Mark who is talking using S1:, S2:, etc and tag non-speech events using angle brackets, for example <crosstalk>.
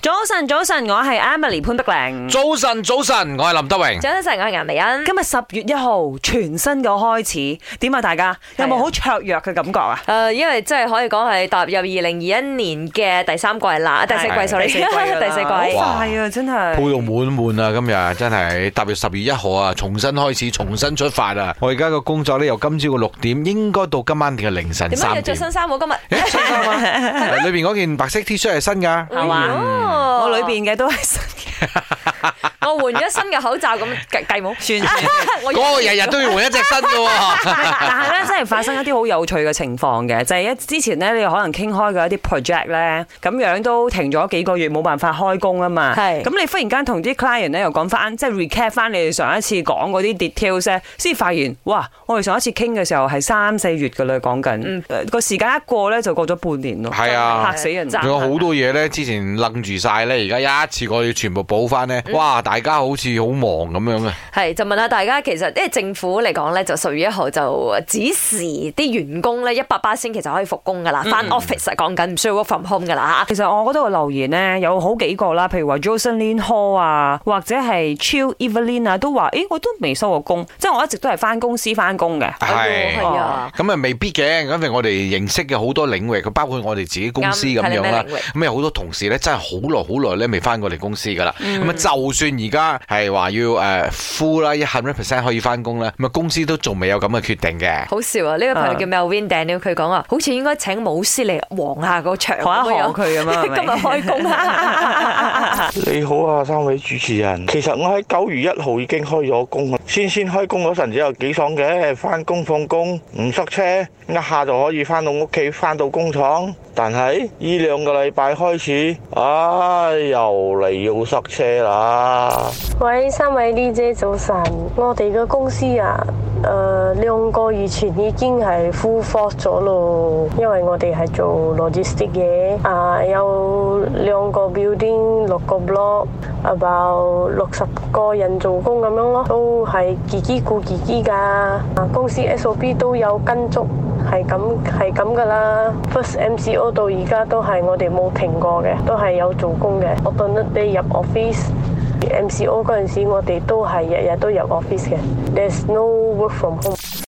S1: 早晨，早晨，我係 Emily 潘碧
S2: <laughs>
S1: 玲。
S3: 早晨，早晨，我係林德榮。
S2: 早晨，我係顏美欣。
S1: 今日十月一號，全新嘅開始，點啊？大家有冇好雀躍嘅感覺啊？
S2: 誒、因為真係可以講係踏入二零二一年嘅第三季啦，第四季
S1: 係 <laughs>
S2: sorry，
S1: 第四季㗎啦
S2: <laughs> 第四季
S1: 好快啊，真
S3: 抱
S1: 係。
S3: 擁滿滿啊！今日真係踏入十月一號啊，重新開始，重新出發啊！我而家個工作咧，由今朝嘅六點，應該到今晚嘅凌晨
S2: 點解要
S3: 三
S2: 着
S3: 點。 <laughs>
S2: 新衫？我今日
S3: 誒新衫啊！裏邊嗰件白色 T 恤係新㗎，
S1: 係嘛
S2: 哦
S1: 我裏邊嘅都係 <laughs> 新嘅，
S2: 我換咗新嘅口罩咁 <laughs> 計計冇。
S1: 算算。
S2: 我
S3: 嗰個日日都要換一隻新嘅喎。
S1: <laughs> 但係咧，真係發生一啲好有趣嘅情況嘅，就係、一之前咧，你可能傾開嘅一啲 project 咧，咁樣都停咗幾個月，冇辦法開工啊嘛。
S2: 係
S1: 咁你忽然間同啲 client 咧又講翻，即係 recap 翻你哋上一次講嗰啲 details 咧，先發現，哇！我哋上一次傾嘅時候係三四月㗎啦，講緊誒個時間一過咧就過咗半年咯，
S3: 係啊
S1: 嚇死人！
S2: <laughs> 真
S3: 仲有好多嘢咧，之前楞住晒咧，而家一次過要全部補翻咧，哇！大家好似好忙咁樣啊！
S2: <laughs> 係就問下大家，其實因為政府嚟講咧，就十月一號就呃指示啲員工咧一百八先其實可以復工噶啦，翻 office 啊講緊，唔需要 work from home 噶啦
S1: 其實我嗰度嘅留言咧有好幾個啦，譬如話 Jocelyn Hall 啊，或者係 Chill Evelyn 啊，都話：，誒，我都未收過工，即係我一直都係翻公司翻工嘅。
S2: 嚇。哎呦係啊。
S3: 咁啊未必嘅，因為我哋認識嘅好多領域，佢包括我哋自己公司咁
S2: 啱睇
S3: 樣
S2: 你咩
S3: 啦
S2: 領域。
S3: 咁有好多同事咧，真係好耐好耐咧未翻過嚟公司噶啦。
S2: 嗯
S3: 咁啊，就算而家係話要誒 full 啦，一hundred percent 可以翻工啦，咁啊公司都仲未有咁嘅決定嘅。
S2: 好笑啊！呢位朋
S1: 嗯
S2: 友叫 Melvin Daniel，佢講啊，好似應該請舞師嚟望下個場
S1: 學一學
S2: 咁樣
S1: 佢咁啊，係咪
S2: <laughs> 今日開工啊！
S4: 你好啊，三位主持人。其實我喺九月一號已經開咗工啦，先先開工嗰陣之後幾爽嘅，翻工放工唔塞車，一下就可以翻到屋企，翻到工廠。但係呢兩個禮拜開始，啊又嚟要塞車啦。
S5: 喂，三位 DJ 早晨，我哋嘅公司啊，誒、兩個月前已經係 full force 咗咯，因為我哋係做 logistic 嘅，啊、有兩個 building 六個 block。about 六十個人做工咁樣咯，都係自己顧自己㗎。啊，公司 SOP 都有跟足，係咁係咁㗎啦。First MCO 到而家都係我哋冇停過嘅，都係有做工嘅。我當一你入 office。MCO 嗰陣時，我哋都係日日都入 office 嘅。There's no work from home。